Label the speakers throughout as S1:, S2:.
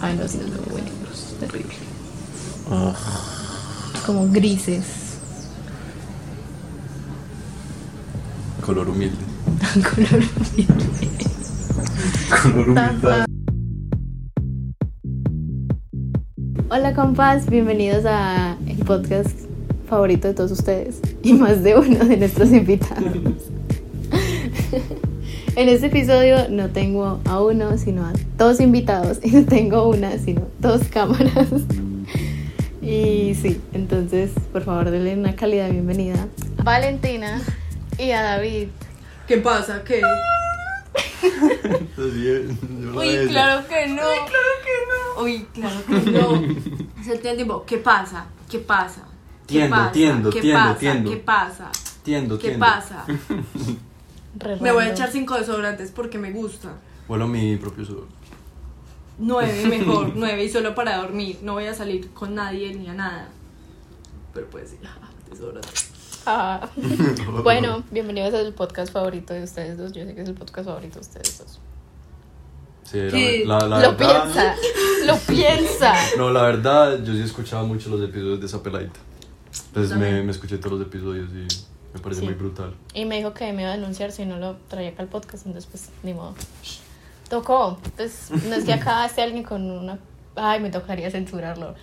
S1: Ay, no, sí, no, no, bueno, es terrible.
S2: Ah,
S1: Como grises,
S2: color humilde.
S1: color
S2: Color humildad.
S1: Tapa. Hola compas, bienvenidos a el podcast favorito de todos ustedes y más de uno de nuestros invitados. En este episodio no tengo a uno, sino a dos invitados y no tengo una, sino dos cámaras. Y sí, entonces por favor denle una calidad bienvenida a Valentina y a David.
S3: ¿Qué pasa? ¿Qué?
S2: Así es, yo lo
S3: Uy,
S2: veo.
S3: claro que no. Uy, claro que no. Uy, claro que no. Es el tiempo. ¿Qué pasa? ¿Qué pasa? ¿Qué
S2: Tiendo,
S3: pasa?
S2: tiendo,
S3: ¿Qué
S2: tiendo,
S3: pasa?
S2: tiendo.
S3: ¿Qué pasa?
S2: Tiendo,
S3: ¿Qué
S2: tiendo.
S3: pasa?
S1: Re
S3: Me voy a
S1: random.
S3: echar cinco desodorantes porque me gusta.
S2: Vuelo mi propio sudor.
S3: Nueve, mejor. Nueve y solo para dormir. No voy a salir con nadie ni a nada. Pero puedes ir. ah, desodorante.
S1: Ah. Bueno, bienvenidos al podcast favorito de ustedes dos. Yo sé que es el podcast favorito de ustedes dos.
S2: Sí, la-
S3: ¿Qué?
S2: la, la
S1: lo
S2: verdad-
S1: piensa, lo piensa.
S2: No, la verdad, yo sí escuchaba mucho los episodios de esa peladita. Entonces me,
S3: También.
S2: me escuché todos los episodios y me parece
S1: Sí.
S2: muy brutal.
S1: Y me dijo que me iba a denunciar si no lo traía acá al podcast, entonces pues ni modo. Tocó. Entonces, no es que acá esté alguien con una. Ay, me tocaría censurarlo.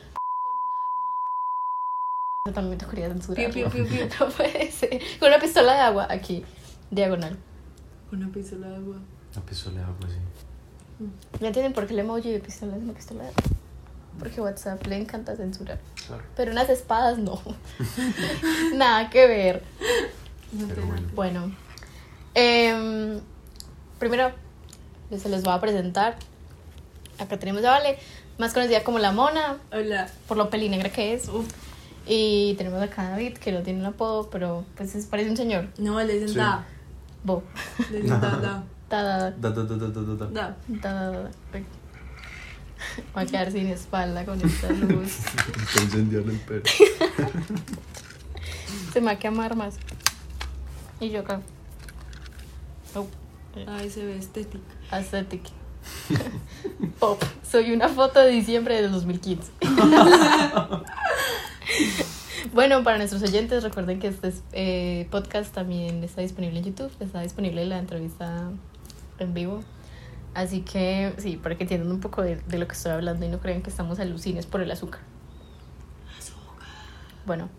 S1: Yo también me tocaría censurarlo.
S3: Piu, piu, piu, piu.
S1: No puede ser. Con una pistola de agua aquí, diagonal.
S3: Una pistola de agua.
S2: La pistola de agua, sí.
S1: ¿Ya entienden por qué el emoji de pistola es una pistola de agua? Porque WhatsApp le encanta censurar.
S2: Claro.
S1: Pero unas espadas no. Nada que ver.
S3: No
S2: Pero
S3: te-
S2: bueno.
S1: Bueno. em, primero, se les va a presentar. Acá tenemos a Vale, más conocida como la mona,
S3: Hola.
S1: por lo pelinegra que es. uf. Y tenemos acá a David, que no tiene un apodo, pero pues es, parece un señor.
S3: No, le dicen
S2: Sí.
S3: da.
S1: Bo.
S3: Le dicen da, da.
S1: Ta, da, da,
S2: Da, da, da, da, da, da, da.
S3: Da.
S1: ta, da, da, da. Ay. Va a quedar sin espalda con esta luz.
S2: Está incendiando el pelo.
S1: Se me va a quemar más. Y yo acá. Oh,
S3: Ay, se ve estética.
S1: aesthetic. Pop. Soy una foto de diciembre de 2015. bueno, para nuestros oyentes, recuerden que este es- eh, podcast también está disponible en YouTube. Está disponible la entrevista en vivo. Así que, sí, para que entiendan un poco de, de lo que estoy hablando y no crean que estamos alucines por el azúcar. Bueno,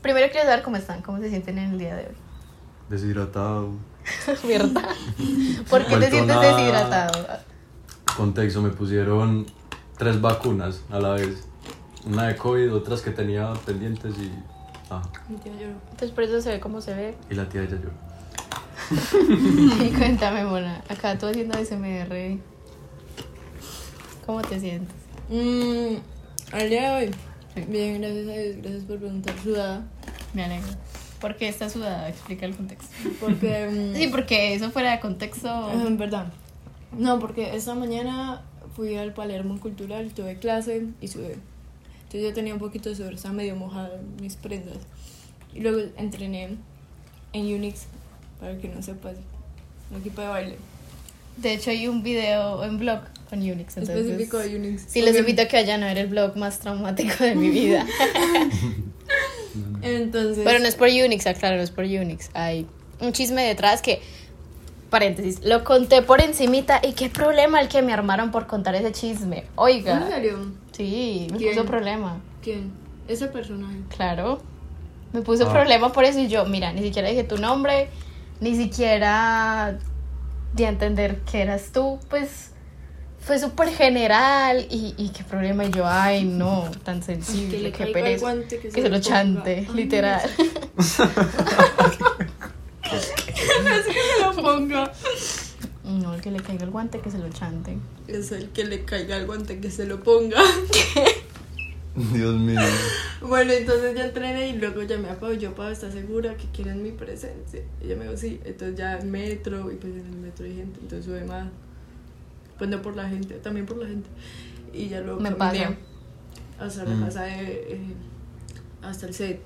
S1: primero quiero saber cómo están, cómo se sienten en el día de hoy.
S2: Deshidratado.
S1: ¿Verdad? ¿Por qué te
S2: Vuelto
S1: sientes
S2: nada.
S1: deshidratado?
S2: Contexto, me pusieron tres vacunas a la vez. Una de COVID, otras que tenía pendientes y... Ah,
S3: Mi tía lloró.
S1: Entonces Pues por eso se ve cómo se ve.
S2: y la tía ya lloró.
S1: Y cuéntame, mona, acá tú haciendo SMR. ¿Cómo te sientes?
S3: Mm, al día de hoy. Bien, gracias a Dios, gracias por preguntar, sudada.
S1: Me alegro. ¿Por qué estás sudada? Explica el contexto.
S3: Porque. mm,
S1: Sí, porque eso fuera de contexto.
S3: eh, en verdad. No, porque esta mañana fui al Palermo Cultural, tuve clase y sudé. Entonces yo tenía un poquito de sudor, estaba medio mojada en mis prendas. Y luego entrené en Unix, para el que no sepa, es un equipo de baile
S1: De hecho, hay un video en blog con Unix. Entonces,
S3: específico de Unix.
S1: Sí, les invito a que vayan a ver el blog más traumático de mi vida.
S3: Entonces.
S1: Pero no es por Unix, aclaro, no es por Unix. Hay un chisme detrás que, paréntesis, lo conté por encimita y qué problema el que me armaron por contar ese chisme.
S3: ¿En
S1: Oiga.
S3: serio?
S1: Sí, me
S3: ¿Quién?
S1: puso problema.
S3: ¿Quién? Ese personaje.
S1: Claro. Me puso
S2: Ah.
S1: problema por eso y yo, mira, ni siquiera dije tu nombre, ni siquiera di a entender que eras tú, pues fue súper general y, y qué problema y yo, ay no, tan
S3: Que
S1: sensible,
S3: le
S1: qué
S3: caiga el
S1: pereza.
S3: guante,
S1: que,
S3: que
S1: se, lo
S3: se lo ponga.
S1: chante,
S3: Ay,
S1: literal.
S3: lo ponga.
S1: No, el que le caiga el guante, que se lo chante.
S3: Es el que le caiga el guante que se lo ponga.
S2: Dios mío.
S3: Bueno, entonces ya entrené y luego llamé a Pau. Yo, Pau, ¿estás segura que quieren mi presencia? Y ella me dijo, sí. Entonces ya en metro, y pues en el metro hay gente, entonces sube más. Pues no por la gente, también por la gente. Y ya luego
S1: Me
S3: caminé
S1: pasa.
S3: hasta la
S2: Mm.
S3: casa de. eh, hasta el set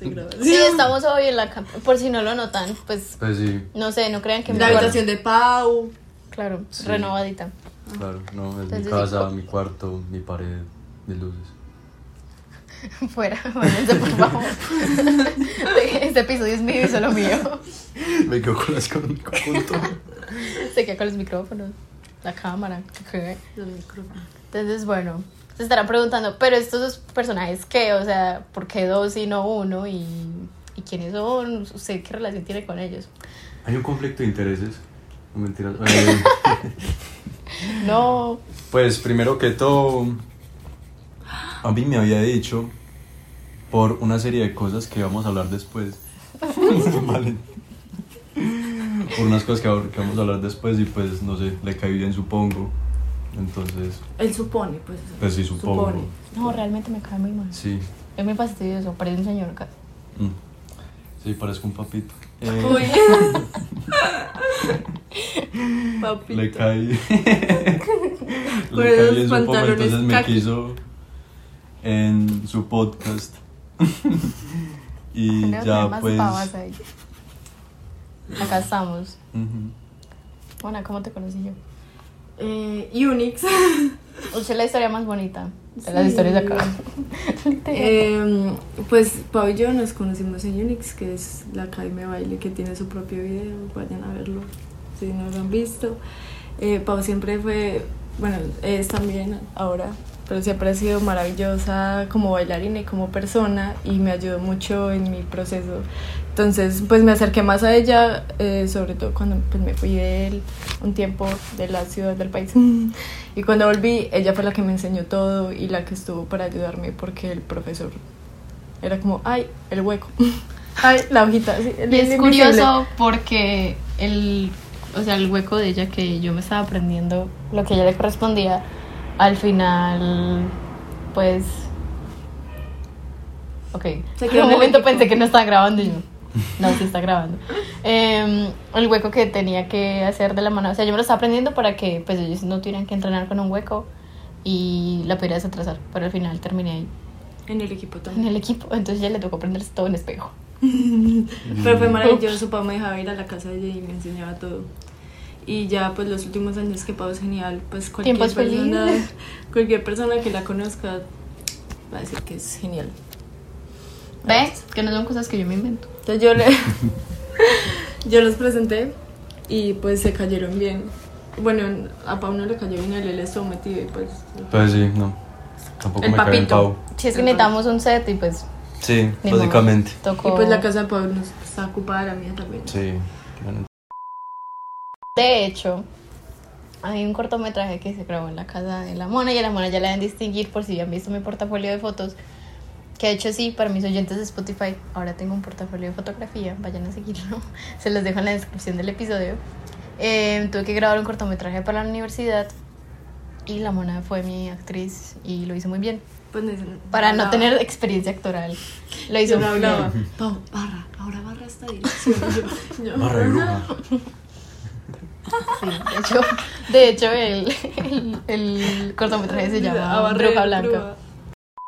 S3: de grabación.
S1: Sí, estamos hoy en la cam- por si no lo notan, pues
S2: Pues sí.
S1: no sé, no crean que me
S3: La
S2: Claro.
S1: acuerdo.
S3: habitación de Pau.
S1: Claro,
S2: Sí.
S1: renovadita.
S2: Claro, no, es mi
S1: Ah. Entonces,
S2: casa,
S1: sí,
S2: mi cuarto, mi pared, mis luces.
S1: Fuera, váyanse por favor. este episodio es mío y solo mío.
S2: Me quedo con las con conjunto.
S1: Se queda con los micrófonos, la cámara. ¿qué?
S3: Los micrófonos.
S1: Entonces, bueno, se estarán preguntando, pero estos dos personajes, ¿qué? O sea, ¿por qué dos y no uno? ¿Y, y quiénes son? ¿Usted qué relación tiene con ellos?
S2: Hay un conflicto de intereses. No mentiras. Eh,
S1: No,
S2: Pues primero que todo, a mí me había dicho por una serie de cosas que vamos a hablar después. Vale. Por unas cosas que, ahor- que vamos a hablar después y pues no sé, le caí bien supongo. Entonces,
S3: Él supone, pues. o sea,
S2: pues sí supongo.
S3: Supone.
S1: no, realmente me cae muy mal.
S2: Sí.
S1: Es muy fastidioso, parece un señor acá.
S2: mm. Sí, parezco un papito. Eh,
S3: Uy. Papito.
S2: Le caí. le
S3: Por
S2: caí
S3: esos
S2: en su pomo,
S3: pantalones
S2: entonces me
S3: caqui.
S2: quiso en su podcast. y
S1: No,
S2: ya
S1: más
S2: pues.
S1: pavas eh. ahí. Acá estamos.
S2: ujú.
S1: Bueno, ¿cómo te conocí yo?
S3: Eh, Unix.
S1: Usted Pues es la historia más bonita de las
S3: Sí.
S1: historias de acá.
S3: Eh, pues Pau y yo nos conocimos en Unix, que es la Academia de Baile que tiene su propio video. Vayan a verlo si no lo han visto. Eh, Pau siempre fue, bueno, es también ahora, pero siempre ha sido maravillosa como bailarina y como persona y me ayudó mucho en mi proceso. Entonces, pues me acerqué más a ella, eh, sobre todo cuando pues, me fui de él un tiempo de la ciudad del país. Y cuando volví, ella fue la que me enseñó todo y la que estuvo para ayudarme porque el profesor era como, ay, el hueco, ay, la hojita. sí, el
S1: Y es
S3: invisible".
S1: curioso porque el, o sea, el hueco de ella que yo me estaba aprendiendo lo que a ella le correspondía, al final, pues. Ok.
S3: Se
S1: Por
S3: quedó
S1: un
S3: en el
S1: momento
S3: equipo.
S1: pensé que no estaba grabando y yo. No, sí está grabando. Em, el hueco que tenía que hacer de la mano. O sea, yo me lo estaba aprendiendo para que pues ellos no tuvieran que entrenar con un hueco y la pudiera atrasar. Pero al final terminé ahí
S3: En el equipo
S1: en
S3: también.
S1: el equipo. Entonces ya le tocó aprenderse todo en espejo.
S3: Pero
S1: pues,
S3: fue maravilloso, Pau me dejaba ir a la casa de ella y me enseñaba todo. Y ya pues los últimos años que Pau es genial, pues cualquier
S1: Tiempos
S3: persona,
S1: felices.
S3: cualquier persona que la conozca va a decir que es genial.
S1: ¿Ves? Que no son cosas que yo me invento.
S3: Entonces yo le yo los presenté y pues se cayeron bien. Bueno, a Pau no le cayó bien él, él estuvo metido y pues
S2: Pues sí, no. Tampoco
S3: El
S2: me cae en
S3: papito.
S2: pavo.
S1: Si es que necesitamos un set y pues.
S2: Sí,
S1: ni modo,
S2: básicamente.
S1: tocó.
S3: y pues la casa de Pau nos está ocupada la mía también.
S2: Sí. bueno,
S1: De hecho, hay un cortometraje que se grabó en la casa de la mona y a la mona ya la deben distinguir por si han visto mi portafolio de fotos. Que de hecho sí, para mis oyentes de Spotify, ahora tengo un portafolio de fotografía, vayan a seguirlo. Se los dejo en la descripción del episodio. Eh, tuve que grabar un cortometraje para la universidad y la mona fue mi actriz y lo hizo muy bien.
S3: Pues,
S1: Para no
S3: hablaba.
S1: tener experiencia actoral, lo
S3: Yo
S1: hizo
S3: no
S1: muy bien.
S3: hablaba. Pau, barra, ahora barra esta dirección. Yo- yo-
S2: Barra de bruja.
S1: Sí, de hecho, de hecho el, el, el cortometraje se
S3: A
S1: llama
S3: barrer,
S1: Bruja Blanca.
S3: bruja.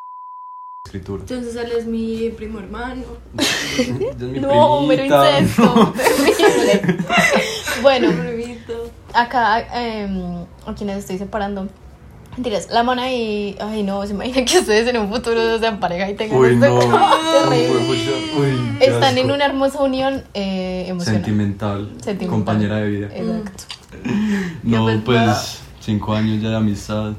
S2: Escritura.
S3: Entonces él es mi primo hermano.
S2: Es mi
S1: No, pero
S2: primita.
S1: incesto. terrible. bueno,
S3: primito.
S1: acá eh, a quienes estoy separando. Mentiras, la mona y. Ay, no, se imagina que ustedes en un futuro sean pareja y tengan
S2: Uy,
S1: esto?
S2: no. pues,
S1: Terrible.
S2: Uy, pucha, uy, qué
S1: Están en
S2: asco.
S1: una hermosa unión eh, emocional.
S2: Sentimental,
S1: Sentimental.
S2: compañera de vida.
S1: Exacto.
S2: No,
S3: Qué verdad.
S2: pues cinco años ya de amistad.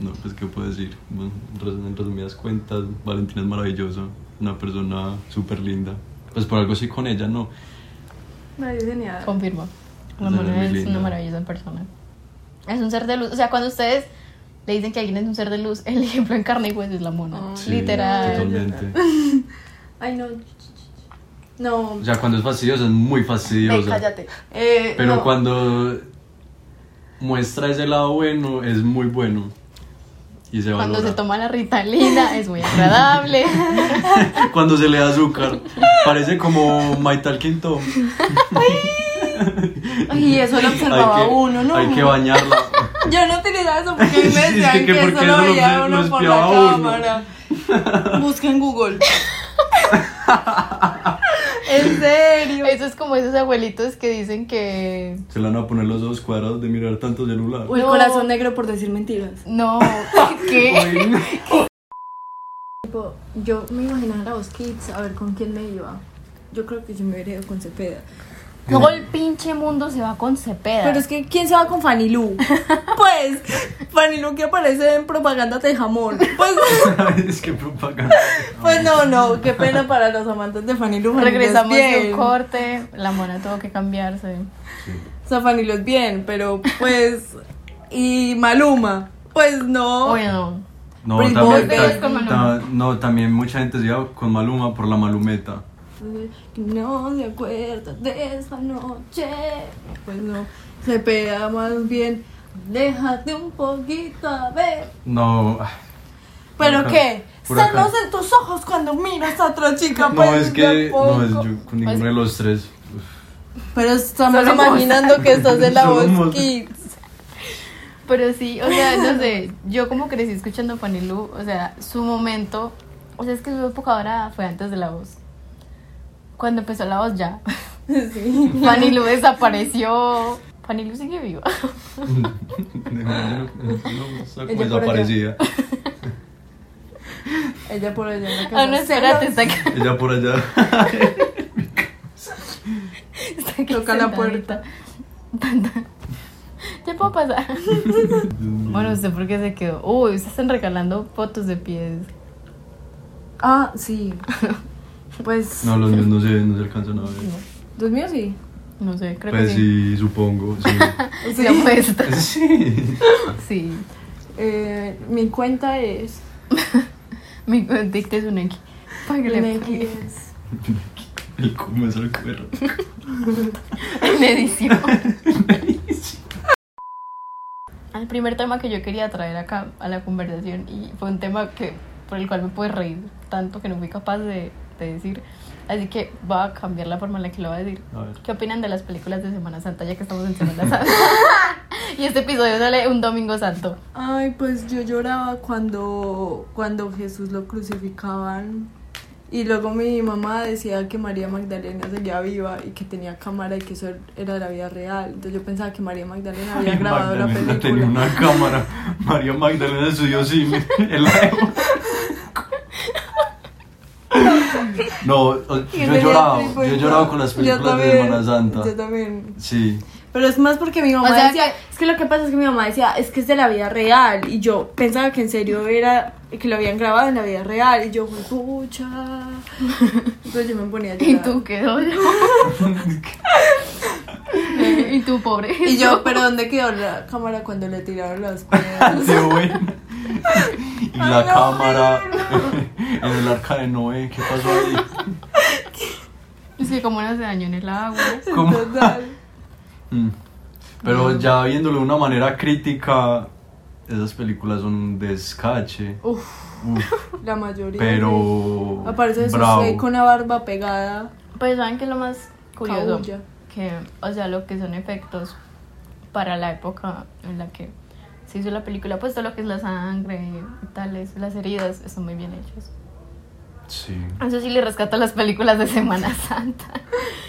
S2: No, pues qué puedo decir. Bueno, en res- en resumidas cuentas, Valentina es maravillosa, una persona súper linda. Pues por algo sí con ella, no.
S3: Nadie dice ni nada.
S1: Confirmo. La
S2: Es muy
S1: Mona es una
S2: linda.
S1: maravillosa persona. Es un ser de luz. O sea, cuando ustedes le dicen que alguien es un ser de luz, el ejemplo en carne y hueso es la Mona.
S3: Ay.
S2: Sí,
S1: Literal.
S2: Totalmente.
S3: Ay, no. No.
S2: O sea, cuando es fastidiosa, es muy fastidiosa.
S3: Ey, cállate. Eh,
S2: Pero
S3: no.
S2: cuando muestra ese lado bueno, es muy bueno. Y se
S1: Cuando se
S2: valora.
S1: toma la Ritalina es muy agradable.
S2: Cuando se le da azúcar, parece como My Talking Tom.
S3: Ay, eso lo observaba
S2: Hay que-
S3: uno, ¿no?
S2: Hay que bañarla.
S3: Yo no utilizaba eso porque a mí
S2: Sí,
S3: me
S2: es
S3: decían
S2: que
S3: que,
S2: porque
S3: eso
S2: eso
S3: lo
S2: lo
S3: veía
S2: obs-
S3: uno
S2: lo
S3: por la
S2: espiaba uno.
S3: cámara. Busca en Google. En serio.
S1: Eso es como esos abuelitos que dicen que.
S2: Se le van a poner los ojos cuadrados de mirar tanto celular.
S3: O el
S1: No.
S3: corazón negro por decir mentiras.
S1: No, ¿qué?
S2: Uy.
S3: Tipo, yo me imaginaba a los kids a ver con quién me iba. Yo creo que yo me hubiera ido con Cepeda.
S1: Todo el pinche mundo se va con Cepeda.
S3: Pero es que, ¿quién se va con Fanny Lu? Pues, Fanny Lu que aparece en propaganda de jamón. Pues,
S2: es que propaganda.
S3: pues no, no, qué pena para los amantes de Fanny Lu. Fanny Lu es
S1: Regresamos de
S3: bien.
S1: un corte, la mona tuvo que cambiarse.
S2: Sí.
S3: O sea, Fanny Lu es bien, pero pues. Y Maluma. Pues no.
S1: Oye, no.
S2: No,
S3: Pretty
S2: también,
S3: Boy,
S2: ta-
S1: pero con
S2: ta- no, también mucha gente se iba con Maluma por la malumeta.
S3: No se acuerda de esa noche. Pues no, se pega más bien. Déjate un poquito a ver.
S2: No, ah,
S3: ¿Pero
S2: Pura
S3: qué?
S2: ca- pura
S3: Sanos
S2: ca-
S3: en tus ojos cuando miras a otra chica.
S2: no
S3: pues,
S2: es que no
S3: tampoco.
S2: es yo con ninguno de los tres. Uf.
S3: Pero estamos
S1: Solo mos-
S3: imaginando que estás en la
S2: Solo
S3: voz
S2: mos-
S3: kids.
S1: Pero sí, o sea, no sé, yo como crecí escuchando Fanny Lu, o sea, su momento, o sea, es que su época ahora fue antes de la voz. Cuando empezó la voz ya. Fanny Lu desapareció. Fanny Lu sigue viva.
S2: De verdad, no, no, está como
S3: Ella por
S2: desaparecida.
S3: Ella por allá. en la casa
S1: Ah, no, espérate, está acá.
S2: Ella por allá.
S1: Está aquí
S3: Toca la
S1: sentadita.
S3: puerta.
S1: Ya puedo pasar. bueno, usted por qué se quedó. Uy, ustedes están regalando fotos de pies.
S3: Ah, sí. Pues.
S2: No, los míos no se, no se alcanzan a ver.
S3: Los míos sí.
S1: No sé, creo
S2: Pues
S1: que sí.
S2: sí, supongo. Sí.
S1: Sí, apuesta.
S2: Sí.
S1: Sí.
S3: Eh, mi cuenta es.
S1: Mi contacto es un X. Para que le
S3: Neki
S1: pague.
S3: es-
S2: El cómo es el cuero.
S1: En edición. El primer tema que yo quería traer acá a la conversación y fue un tema que por el cual me pude reír tanto que no fui capaz de, de decir. Así que va a cambiar la forma en la que lo voy a decir.
S2: A ver.
S1: ¿Qué opinan de las películas de Semana Santa ya que estamos en Semana Santa? y este episodio sale un domingo santo.
S3: Ay, pues yo lloraba cuando, cuando Jesús lo crucificaban. Y luego mi mamá decía que María Magdalena seguía viva y que tenía cámara y que eso era la vida real. Entonces yo pensaba que María Magdalena
S2: María
S3: había Ah, grabado la
S2: Magdalena
S3: película.
S2: tenía una cámara. María Magdalena estudió cine. El Evo. No, o-
S3: Y
S2: yo he
S3: tenía
S2: llorado. Yo
S3: triple
S2: he llorado con las
S3: pues, Yo
S2: películas de
S3: también,
S2: Semana Santa.
S3: Yo también.
S2: Sí.
S3: Pero es más porque mi mamá
S1: O sea
S3: decía, es que lo que pasa es que mi mamá decía, es que es de la vida real. Y yo pensaba que en serio era que lo habían grabado en la vida real. Y yo, "Jue pucha. Entonces yo me ponía a llorar.
S1: Y tú quedó yo. y tú pobre.
S3: Y yo, pero ¿dónde quedó la cámara cuando le tiraron las piedras?
S2: De buena. Y la
S3: Ay, no,
S2: cámara en el arca de Noé. ¿Qué pasó ahí?
S1: Es que como no se dañó en el agua.
S2: ¿Cómo?
S3: Total.
S2: Mm. Pero ya viéndolo de una manera crítica, esas películas son un descache.
S3: Uf,
S2: Uf,
S3: la mayoría.
S2: pero.
S3: sí. Aparece Jesús ahí eh, con la barba pegada.
S1: Pues saben que es lo más curioso.
S3: Caulla.
S1: Que, o sea, lo que son efectos para la época en la que se hizo la película, pues todo lo que es la sangre y tales, las heridas, están muy bien hechos.
S2: Sí.
S1: Eso sí le rescato a las películas de Semana Santa.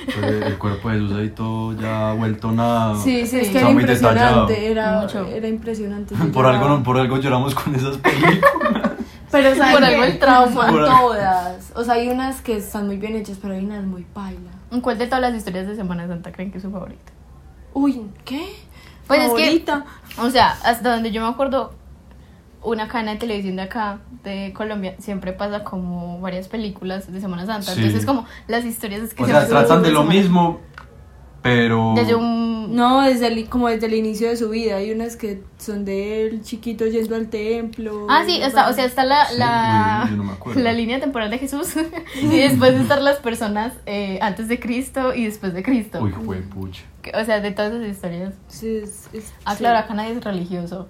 S2: Pues el cuerpo de Jesús ahí todo ya vuelto nada.
S3: Sí, sí, es
S1: Sí.
S2: Ah. Está
S3: que era
S2: muy detallado.
S3: impresionante. Era,
S1: Mucho.
S3: era impresionante.
S2: Por algo, no- por algo lloramos con esas películas.
S3: Pero ¿saben
S1: Por
S3: qué?
S1: algo el trauma.
S3: No
S2: Por
S3: son
S2: algo.
S3: todas. O sea, hay unas que están muy bien hechas, pero hay unas muy paila.
S1: ¿Cuál de todas las historias de Semana Santa creen que es su favorita?
S3: Uy, ¿qué?
S1: Pues es que-
S3: Favorita.
S1: O sea, hasta donde yo me acuerdo, una cana de televisión de acá, de Colombia, siempre pasa como varias películas de Semana Santa.
S2: Sí.
S1: Entonces, como las historias es que
S2: O sea,
S1: siempre
S2: tratan de
S1: son
S2: lo
S1: Semana-
S2: mismo, pero.
S1: Desde un.
S3: No, desde el, como desde el inicio de su vida. Hay unas que son de él chiquito yendo al templo.
S1: Ah, sí, está, o sea, está la,
S2: Sí,
S1: la,
S2: uy, yo no me acuerdo.
S1: la línea temporal de Jesús y después estar las personas eh, antes de Cristo y después de Cristo.
S2: Uy, juepucha.
S1: Que- O sea, de todas esas historias.
S3: Sí, es- es-
S1: Ah,
S3: sí.
S1: claro, acá nadie es religioso.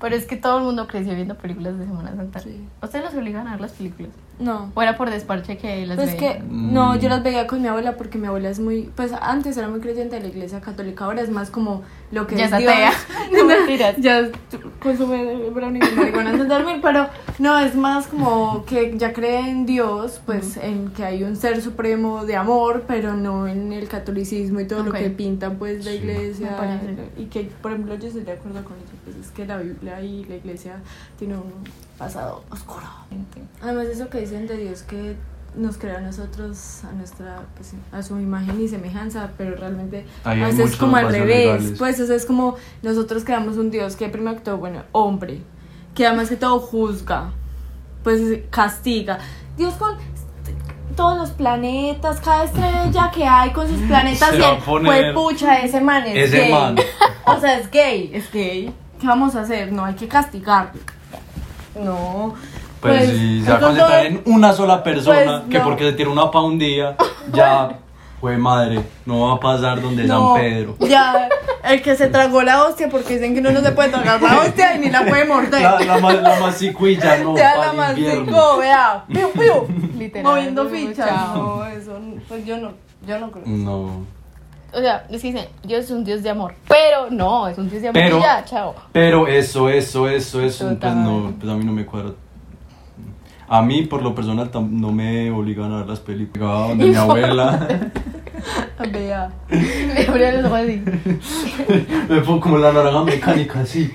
S1: Pero es que todo el mundo creció viendo películas de Semana Santa.
S3: Sí.
S1: ¿Ustedes los obligan a ver las películas?
S3: No.
S1: ¿O era por desparche que las
S3: Pues
S1: veían?
S3: que no, yo las veía con mi abuela porque mi abuela es muy, pues antes era muy creyente de la iglesia católica, ahora es más como lo que
S1: Ya
S3: es
S1: es atea.
S3: Dios.
S1: No, mentiras.
S3: ya consume brownie y marihuana antes de dormir, pero no, es más como que ya cree en Dios, pues en que hay un ser supremo de amor, pero no en el catolicismo y todo
S1: Ok.
S3: lo que pintan pues la
S2: Sí.
S3: iglesia
S1: Me parece.
S3: y que por ejemplo yo estoy de acuerdo con eso, pues es que la Biblia y la iglesia tienen un pasado oscuro. Además eso que dicen de Dios que nos crea a nosotros a nuestra pues, a su imagen y semejanza, pero realmente
S2: Ahí
S3: a
S2: hay
S3: veces es
S2: muchos
S3: como al
S2: vasos
S3: revés,
S2: legales.
S3: pues o sea, es como nosotros creamos un Dios que primero que todo, bueno, hombre, que además que todo juzga, pues castiga. Dios con todos los planetas, cada estrella que hay con sus planetas
S2: Se
S3: y
S2: va a
S3: él,
S2: poner-
S3: "Jue pucha, ese man es
S2: Ese
S3: gay".
S2: man.
S3: O sea, es gay, es gay. ¿Qué vamos a hacer? No hay que castigarlo. No.
S2: Pues, si se va a
S3: entonces,
S2: concentrar en una sola persona,
S3: pues,
S2: que
S3: no.
S2: porque se tira una pa' un día, ya, fue madre, no va a pasar donde
S3: no,
S2: San Pedro.
S3: Ya, el que se tragó la hostia, porque dicen que uno no se puede tragar la hostia y ni la puede morder.
S2: La, la, ma- la masicuilla, no,
S3: ya
S2: para
S3: la
S2: el invierno.
S3: masticó, vea. Piu, piu.
S1: Literal,
S3: Moviendo
S1: muy
S3: fichas.
S1: chao.
S3: No, eso, no- pues yo no, yo no creo.
S2: No.
S1: O sea, es que dicen, Dios es un Dios de amor. Pero no, es un Dios de amor.
S2: Pero-
S1: y ya, chao.
S2: Pero eso, eso, eso, eso, pues
S1: Total.
S2: no, pues a mí no me cuadra. A mí, por lo personal, tam- no me obligan a ver las películas. Llegaba donde mi abuela,
S3: Vea.
S1: Me abrió los ojos así.
S2: me pongo como la naranja mecánica, así.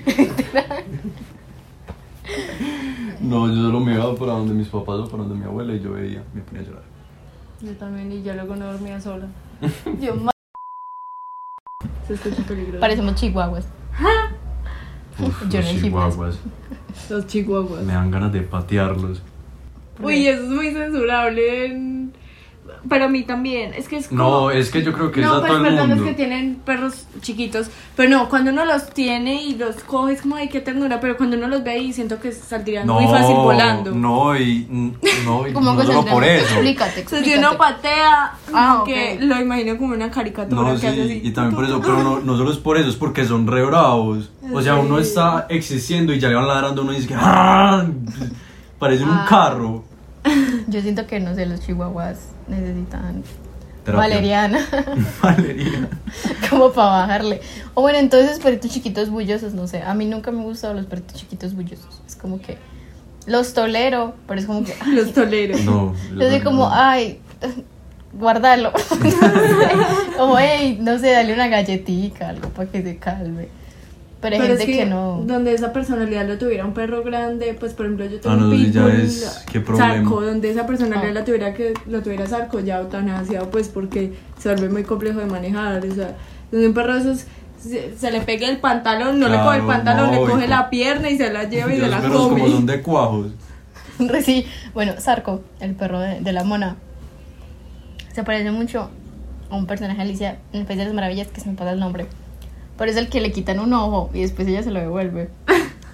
S2: No, yo solo me iba para donde mis papás o para donde mi abuela y yo veía, me ponía a llorar.
S3: Yo también, y yo luego no dormía sola. Yo, ma- Se escucha peligroso.
S1: Parecemos chihuahuas.
S2: Uf,
S1: Yo
S2: los
S1: no dije,
S2: chihuahuas,
S3: Los chihuahuas.
S2: me dan ganas de patearlos.
S3: Uy, eso es muy censurable. en- Para mí también. Es que es como.
S2: No, es que yo creo que es a
S3: No, pues
S2: todo el
S3: perdón, los
S2: mundo.
S3: que tienen perros chiquitos. Pero no, cuando uno los tiene y los coge, es como, ay, qué ternura. Pero cuando uno los ve ahí, siento que saldrían muy fácil volando.
S2: No, y no, y
S1: ¿Cómo
S2: Pues, no
S1: que
S2: solo
S1: saldrán?
S2: por eso.
S1: Explícate,
S3: O sea,
S1: explícate.
S3: si uno patea,
S1: Ah,
S3: que
S1: ok.
S3: lo imagino como una caricatura
S2: No,
S3: que
S2: sí,
S3: hace así.
S2: y también por eso, pero no, no solo es por eso, es porque son re bravos. O sea, uno está existiendo y ya le van ladrando, uno dice que "Ah", parecen
S3: Ah.
S2: un carro.
S1: Yo siento que, no sé, los chihuahuas necesitan
S2: Terapia.
S1: valeriana.
S2: Valeria.
S1: como para bajarle. O bueno, entonces perritos chiquitos bullosos, no sé. A mí nunca me han gustado los perritos chiquitos bullosos. Es como que los tolero, pero es como que. ay,
S3: Los tolero.
S2: No.
S1: yo soy como,
S3: ah,
S1: ay, guárdalo. No sé. como, hey, no sé, dale una galletita, algo para que se calme. Pero hay
S3: Pero es
S1: gente que, no.
S3: Donde esa personalidad lo tuviera un perro grande, pues por ejemplo yo tengo
S2: Ah,
S3: un
S2: no, sí, ya
S3: pitbull
S2: es- qué problema.
S3: Sarco, donde esa personalidad
S1: Ah.
S3: la tuviera que lo tuviera Sarco ya eutanasiado, pues porque se vuelve muy complejo de manejar, o sea, donde un perro de esos se, se le pega el pantalón, no le coge el
S2: Claro,
S3: pantalón,
S2: no,
S3: le coge
S2: hijo.
S3: la pierna y se la lleva y
S2: Los
S3: se la
S2: perros como son
S3: come.
S2: de cuajos.
S1: Re- Sí, bueno, Sarco, el perro de, de la mona, se parece mucho a un personaje de Alicia en el País de las Maravillas que se me pasa el nombre. Pero es el que le quitan un ojo y después ella se lo devuelve.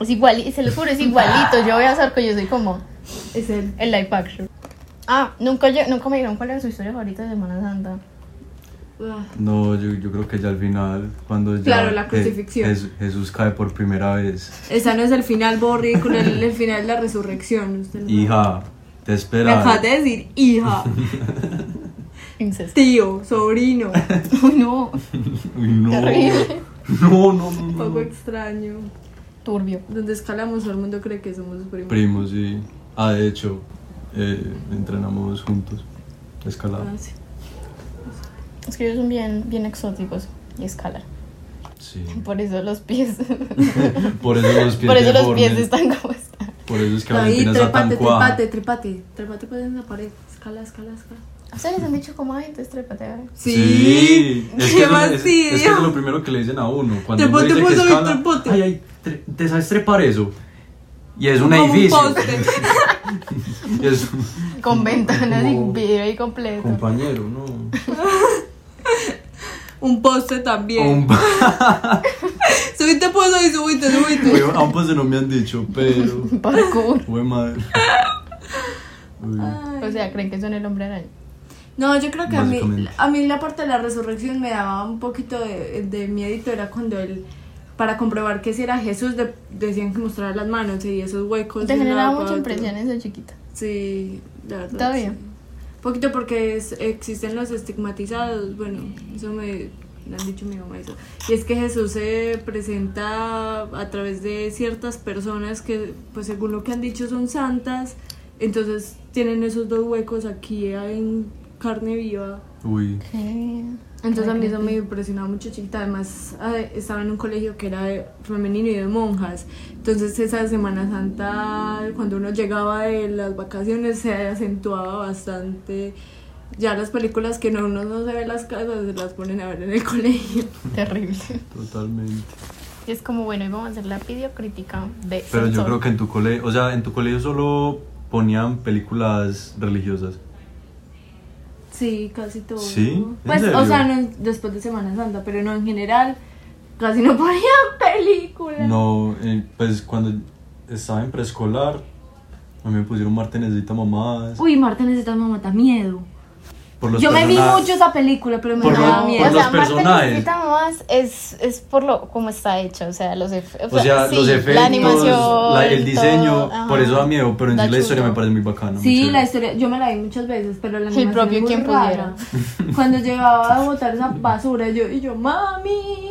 S1: Es igual, y se lo juro, es igualito. Yo veo a Sarco y yo soy como
S3: Es el
S1: el live action. Ah, nunca, yo, nunca me dijeron cuál era su historia favorita de Semana Santa.
S3: ah,
S2: No, yo, yo creo que ya al final, cuando ya.
S3: Claro, la
S2: Je-
S3: crucifixión.
S2: Jes- Jesús cae por primera vez.
S3: esa no es el final Borri con el, el final de la resurrección. usted no-
S2: Hija, te
S3: Me
S2: espera.
S3: acabas de decir hija,
S1: Incesto.
S3: tío, sobrino,
S1: Uy, no,
S2: Uy, no.
S1: Terrible.
S2: No, no, no,
S3: un
S2: no.
S3: poco extraño.
S1: turbio.
S3: Donde escalamos, todo el mundo cree que somos primos.
S2: Primos, sí. Ah, de hecho, eh, entrenamos juntos. Escalada.
S3: Ah, sí.
S1: Es que ellos son bien, bien exóticos y escalan.
S2: Sí.
S1: Por eso los pies.
S2: Por eso los pies
S1: Por eso los
S2: deformes.
S1: pies están como están.
S2: Por eso es que
S3: Ahí,
S2: Valentina está tan
S3: trépate,
S2: cuaja.
S3: trépate, trépate, trépate, pues en la pared. Escala, escala, escala.
S1: Ustedes les han dicho como, ay, entonces trépate, a ver.
S2: Es que,
S3: qué
S2: es, lo- es- es que es
S3: fastidio.
S2: lo primero que le dicen a uno. Cuando uno dice
S3: Trépate,
S2: que
S3: pues, ahí,
S2: escala,
S3: trépate.
S2: ay, ay, tre- te sabes trepar eso. Y es un
S3: Como un
S2: edificio.
S3: poste.
S2: Y es-
S1: Con ventanas y
S2: Como-
S1: vidrio ahí completo.
S2: Compañero, no.
S3: Un poste también.
S2: Un
S3: Subite, pues ahí, subite, subite.
S2: Weón, ambos se no me han dicho, pero.
S1: Parkour.
S2: Fue madre. Uy.
S1: O sea, creen que son el hombre araña.
S3: No, yo creo que a mí,
S2: Básicamente.
S3: a mí la parte de la resurrección me daba un poquito de, de miedito. Era cuando él para comprobar que si era Jesús de- decían que mostrar las manos y esos huecos.
S1: Te
S3: de un
S1: generaba
S3: lado para
S1: mucha
S3: otro.
S1: impresión eso, chiquita.
S3: Sí, la verdad.
S1: Está bien.
S3: sí. Poquito porque es- existen los estigmatizados, bueno, eso me, me han dicho mi mamá eso. Y es que Jesús se presenta a través de ciertas personas que, pues según lo que han dicho, son santas, entonces tienen esos dos huecos aquí en carne viva.
S2: Uy.
S3: Entonces a mí eso
S1: Creepy.
S3: me impresionaba mucho chiquita, además eh, estaba en un colegio que era de- femenino y de monjas, entonces esa Semana Santa cuando uno llegaba de las vacaciones se acentuaba bastante, ya las películas que no uno no se ve en las casas se las ponen a ver en el colegio.
S1: Terrible.
S2: Totalmente.
S1: Es como, bueno, y vamos a hacer la videocrítica de.
S2: Pero yo
S1: Sansón.
S2: creo que en tu colegio, o sea, en tu colegio solo ponían películas religiosas.
S3: Sí, casi todo.
S2: ¿Sí? ¿En
S3: Pues, o
S2: serio?
S3: sea, no en- después de Semana Santa, pero no en general, casi no ponían películas.
S2: No, eh, pues cuando estaba en preescolar, a mí me pusieron Marte Necesita Mamadas.
S3: Uy, Marta necesitas mamá, da miedo.
S2: Por los
S3: Yo me vi
S2: personajes.
S3: mucho esa película, pero me
S2: Por
S3: daba
S2: lo-
S3: miedo.
S2: por
S1: o sea,
S2: los personajes.
S1: Necesita Mamás es, es por lo como está hecha, o sea, los, efe-
S2: O sea,
S1: sí,
S2: los efectos,
S1: la animación,
S2: la- el diseño,
S1: todo,
S2: por
S1: ajá.
S2: eso da miedo, pero en
S1: Da
S2: sí la historia
S1: chuzo.
S2: me parece muy bacana. muy
S3: Sí,
S2: chévere.
S3: la historia, yo me la vi muchas veces, pero la
S1: El
S3: animación
S1: propio
S3: es muy
S1: quien
S3: rara. Cuando llegaba a botar esa basura, yo, y yo, mami,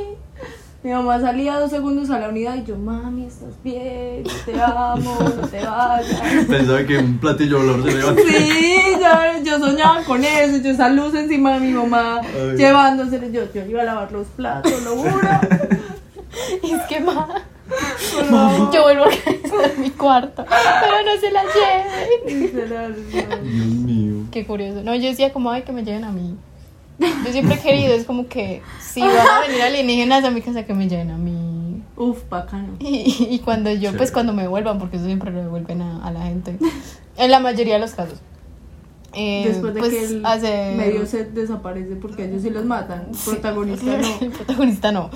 S3: mi mamá salía dos segundos a la unidad y yo, mami, estás bien, te amo, no te vayas.
S2: Pensaba que un platillo volador se le iba a
S3: Sí, ya, yo soñaba con eso, yo esa luz encima de mi mamá,
S2: Ay.
S3: llevándosele, yo, yo iba a lavar los platos, lo juro.
S1: Es que ma, yo vuelvo a organizar mi cuarto, pero no se la lleven.
S3: Y se la- no.
S2: Dios mío.
S1: Qué curioso. No, yo decía como, ay, que me lleven a mí. Yo siempre he querido, es como que si van a venir alienígenas a mi casa, que me lleven a mí.
S3: Uf, bacano.
S1: Y, y cuando yo, pues
S2: Chévere.
S1: cuando me vuelvan, porque eso siempre lo devuelven a, a la gente, en la mayoría de los casos. Eh,
S3: Después de
S1: pues,
S3: que el
S1: hacer-
S3: medio set desaparece porque ellos sí los matan, protagonista no.
S1: El protagonista no.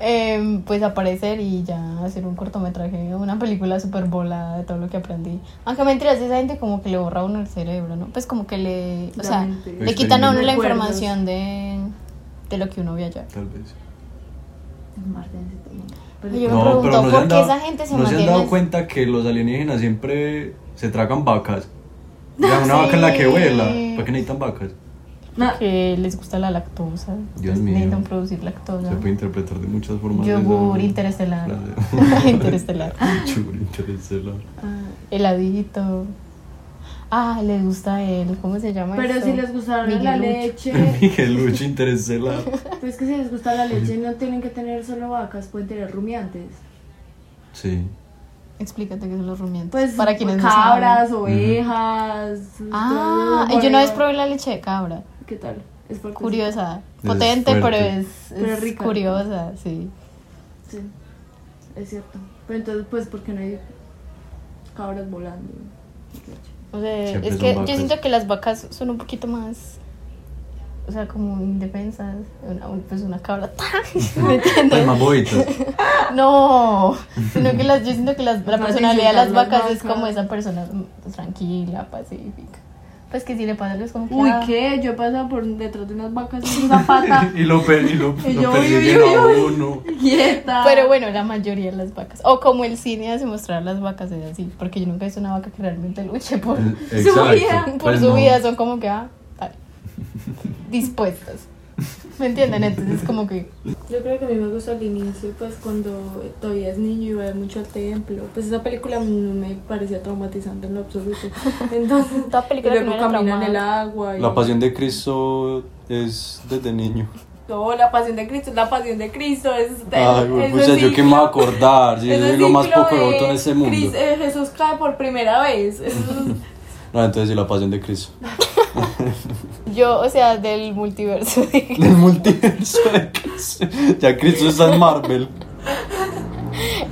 S1: Eh, pues aparecer y ya hacer un cortometraje, una película súper volada de todo lo que aprendí. Aunque mentiras, esa gente como que le borra a uno el cerebro, ¿no? Pues como que le. O
S3: La
S1: sea,
S3: mente.
S1: le quitan a uno la
S3: Recuerdos.
S1: información de, de lo que uno vio allá.
S2: Tal vez.
S1: Pero yo me
S2: no,
S1: pregunto,
S2: pero no se
S1: ¿por
S2: han
S1: qué
S2: dado,
S1: esa gente se
S2: no se han
S1: mantiene
S2: dado
S1: así?
S2: cuenta que los alienígenas siempre se tragan vacas. Ya una vaca es la que
S1: Sí.
S2: vuela. ¿Para qué necesitan vacas?
S3: Na-
S1: Que les gusta la lactosa.
S2: Dios
S1: entonces
S2: mío.
S1: Necesitan producir lactosa.
S2: Se puede interpretar de muchas formas.
S1: Yogur
S2: esa
S1: interestelar.
S2: frase.
S1: interestelar.
S2: Yogur interestelar.
S1: Ah, heladito. Ah, les gusta él. ¿Cómo se llama
S3: Pero
S1: esto?
S3: si les gustara la
S1: Miguelucho.
S3: leche,
S2: Miguelucho interestelar.
S3: pues que si les gusta la leche no tienen que tener solo vacas, pueden tener rumiantes.
S2: Sí.
S1: Explícate qué son los rumiantes.
S3: Pues
S1: para quienes no
S3: cabras,
S1: saben.
S3: ovejas.
S1: Ah,
S3: todo,
S1: yo una vez
S3: bueno.
S1: probé la leche de cabra.
S3: ¿Qué tal? Es fuerte, sí.
S1: Curiosa.
S2: Es
S1: Potente, pero
S2: fuerte.
S1: es, es
S3: Pero rica.
S1: curiosa, sí.
S3: Sí, es cierto. Pero entonces, pues, porque no hay cabras volando?
S1: O sea,
S2: Siempre
S1: es
S2: son
S1: que yo
S2: vacas.
S1: siento que las vacas son un poquito más. O sea, como indefensas. Una, pues una cabra. ¿Me
S2: Ay,
S1: entiendes?
S2: más bobitas.
S1: No, sino que las, yo siento que las- la
S3: Más
S1: personalidad de las
S3: disfrutar las
S1: vacas es
S3: vacas.
S1: como esa persona mm, tranquila, pacífica. Pues que si le pasas es como que,
S3: Uy,
S1: ah,
S3: ¿qué? Yo he pasado por detrás de unas vacas en una pata
S2: y lo, per- y lo,
S3: Y
S2: lo
S3: yo, uy,
S2: persiguen
S3: uy, uy,
S2: a
S3: uy.
S2: uno.
S3: quieta.
S1: Pero bueno, la mayoría de las vacas. O como el cine hace mostrar las vacas es así, porque yo nunca he visto una vaca que realmente luche por,
S3: vida,
S2: Exacto.
S1: por
S2: pues
S1: su
S2: no.
S1: vida, son como que, ah, tal, dispuestas. ¿Me entienden? Entonces es como que
S3: Yo creo que a mí me gusta al inicio, pues cuando todavía es niño y va mucho al templo. Pues esa película no me parecía traumatizante en lo absoluto. Entonces,
S1: Toda película
S3: y
S1: que
S3: luego
S1: no era
S3: camina en el
S1: traumada.
S3: agua. Y,
S2: La pasión de Cristo es desde niño.
S3: No, la pasión de Cristo, es la pasión de Cristo. Es,
S2: Ay,
S3: es-
S2: pues
S3: ese
S2: yo que me voy a
S3: ciclo-
S2: acordar. Si
S3: ese
S2: soy lo más
S3: ciclo
S2: poco
S3: de
S2: roto en este mundo.
S3: Cris- eh, Jesús cae por primera vez. Eso es-
S2: No, entonces sí, la pasión de Cristo.
S1: yo, o sea, del multiverso.
S2: El multiverso de Cristo. Ya Cristo está en Marvel.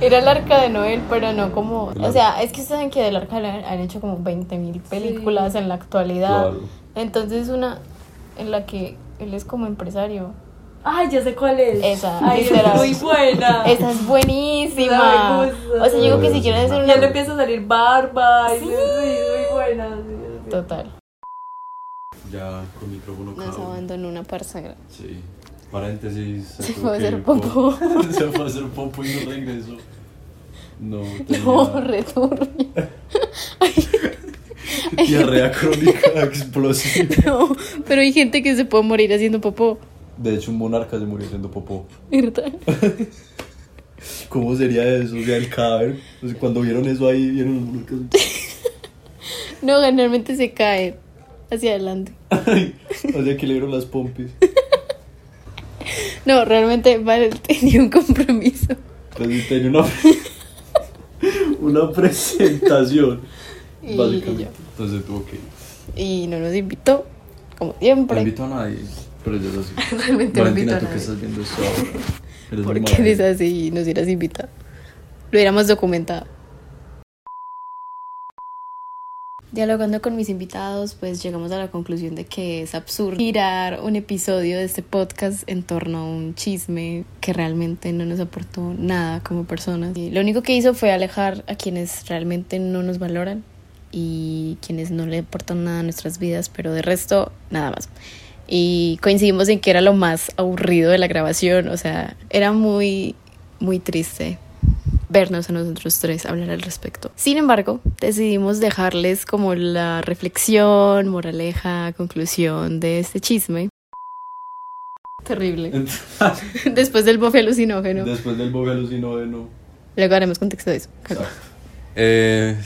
S1: Era el arca de Noel, pero no como. O
S2: Claro.
S1: sea, es que saben que del arca de Noel han hecho como 20.000 películas en la actualidad.
S2: Claro.
S1: Entonces, una en la que él es como empresario.
S3: Ay, ya sé cuál es.
S1: Esa,
S3: Ay, es
S1: literal.
S3: muy buena.
S1: Esa es buenísima.
S3: Ay, Ah. me gusta.
S1: O sea, yo digo que
S2: Ay,
S1: si
S2: sí,
S1: quieren
S2: sí.
S1: hacer
S3: Ya le
S1: una.
S3: empieza a salir barba. y sí, muy buena. sí, sí.
S1: Total.
S2: Ya con micrófono
S1: Nos abandonó una parcela.
S2: Sí. Paréntesis.
S1: Se
S2: tuvo
S1: fue a
S2: que
S1: hacer
S2: ir
S1: popó.
S2: por- se fue a hacer popo y no regresó. No,
S1: No,
S2: tenía
S1: returbio.
S2: diarrea crónica explosiva.
S1: No, pero hay gente que se puede morir haciendo popó,
S2: De hecho, un monarca se murió haciendo popó.
S1: ¿verdad?
S2: ¿Cómo sería eso? O sea, el cadáver. O sea, cuando vieron eso ahí, vieron los monarcas.
S1: No, generalmente se cae hacia adelante.
S2: o sea, que le dieron las pompis.
S1: No, realmente vale, tenía un compromiso.
S2: Entonces tenía una, una presentación.
S1: Y- y
S2: básicamente.
S1: yo.
S2: Entonces tuvo que ir.
S1: Y no nos invitó, como
S2: No
S1: siempre.
S2: invito a nadie, pero yo lo sé.
S1: Realmente no invito
S2: Valentina,
S1: a
S2: tú que
S1: nadie.
S2: estás viendo esto ahora. Eres
S1: ¿Por
S2: muy
S1: qué
S2: mala.
S1: eres así y nos hubieras invitado? Lo hubiéramos documentado. Dialogando con mis invitados, pues llegamos a la conclusión de que es absurdo girar un episodio de este podcast en torno a un chisme que realmente no nos aportó nada como personas. Y lo único que hizo fue alejar a quienes realmente no nos valoran y quienes no le aportan nada a nuestras vidas, pero de resto, nada más y coincidimos en que era lo más aburrido de la grabación, o sea, era muy, muy triste vernos a nosotros tres hablar al respecto. Sin embargo, decidimos dejarles como la reflexión, moraleja, conclusión de este chisme. Terrible.
S2: Entonces,
S1: Después del bofe alucinógeno.
S2: Después del bobe alucinógeno.
S1: Luego haremos contexto de eso.
S2: Eh,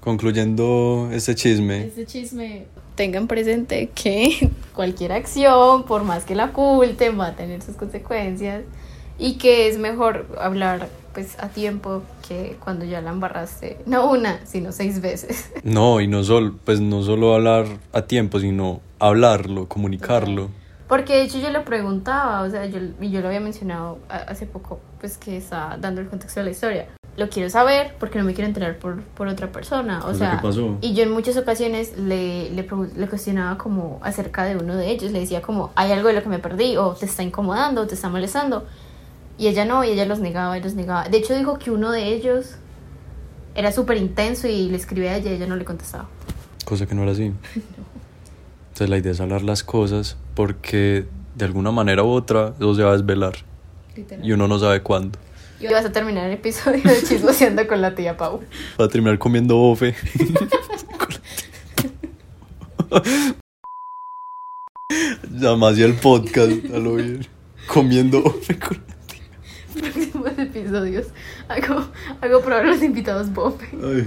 S2: concluyendo este chisme.
S1: Este chisme. Tengan presente que cualquier acción, por más que la oculten, va a tener sus consecuencias y que es mejor hablar pues a tiempo que cuando ya la embarraste, no una, sino seis veces.
S2: No, y no solo, pues no solo hablar a tiempo, sino hablarlo, comunicarlo.
S1: Porque de hecho yo le preguntaba, o sea, yo, y yo lo había mencionado a- hace poco, pues que estaba dando el contexto de la historia. Lo quiero saber porque no me quiero enterar por, por otra persona. O
S2: Pues,
S1: sea,
S2: ¿qué pasó?
S1: y yo en muchas ocasiones le, le, pregun- le cuestionaba como acerca de uno de ellos. Le decía como, hay algo de lo que me perdí, o te está incomodando, o te está molestando. Y ella no, y ella los negaba y los negaba. De hecho dijo que uno de ellos era súper intenso y le escribía a ella y ella no le contestaba.
S2: Cosa que no era así. Entonces la idea es hablar las cosas porque de alguna manera u otra eso se va a desvelar y uno no sabe cuándo.
S1: Y vas a terminar el episodio de chismoseando con la tía Pau.
S2: Va a terminar comiendo bofe. Además y el podcast, a lo bien. Comiendo bofe con la tía.
S1: próximos episodios hago, hago probar los invitados bofe.
S2: Ay.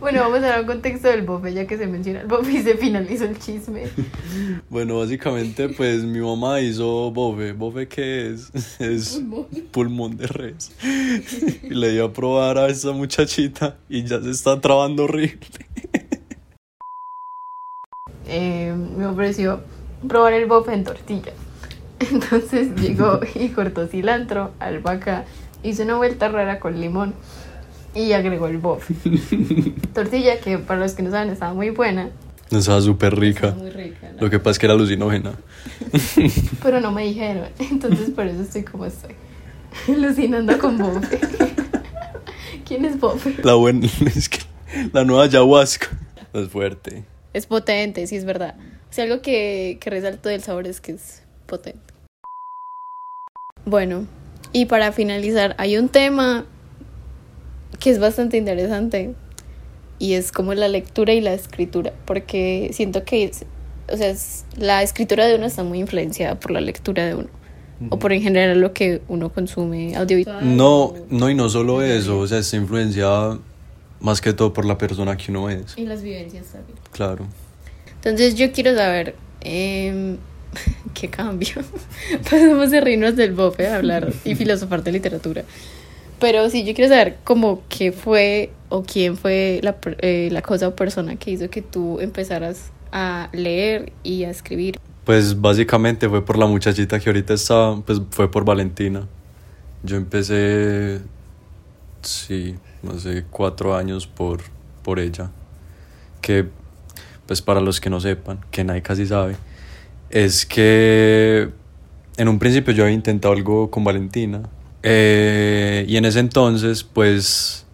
S1: Bueno, vamos a dar un contexto del bofe, ya que se menciona el bofe y se finalizó el chisme.
S2: Bueno, básicamente, pues mi mamá hizo bofe. ¿Bofe qué es? Es pulmón de res. Y le dio a probar a esa muchachita y ya se está trabando horrible.
S1: Eh, me ofreció probar el bofe en tortilla. Entonces llegó y cortó cilantro, albahaca, hizo una vuelta rara con limón y agregó el bofe. Tortilla que para los que no saben estaba muy buena.
S2: Estaba súper rica.
S1: rica.
S2: Lo que pasa es que era alucinógena.
S1: Pero no me dijeron, entonces por eso estoy como estoy. Alucinando con bofe. ¿Quién es bofe?
S2: La buena es que la nueva ayahuasca es fuerte.
S1: Es potente, sí es verdad. O sea, algo que, que resalto del sabor es que es potente. Bueno, y para finalizar, hay un tema que es bastante interesante y es como la lectura y la escritura, porque siento que, es- o sea, es- la escritura de uno está muy influenciada por la lectura de uno, o por en general lo que uno consume audiovisual.
S2: No, no, y no solo eso, o sea, está influenciada más que todo por la persona que uno es.
S1: Y las vivencias también.
S2: Claro.
S1: Entonces yo quiero saber em, qué cambio. Pasamos de reírnos del bofe a hablar y filosofar de literatura. Pero sí, yo quiero saber como qué fue o quién fue la, per- eh, la cosa o persona que hizo que tú empezaras a leer y a escribir.
S2: Pues básicamente fue por la muchachita que ahorita está, pues fue por Valentina. Yo empecé, sí, hace cuatro años por, por ella. Que, pues para los que no sepan, que nadie casi sabe, es que en un principio yo había intentado algo con Valentina. eh, y en ese entonces, pues,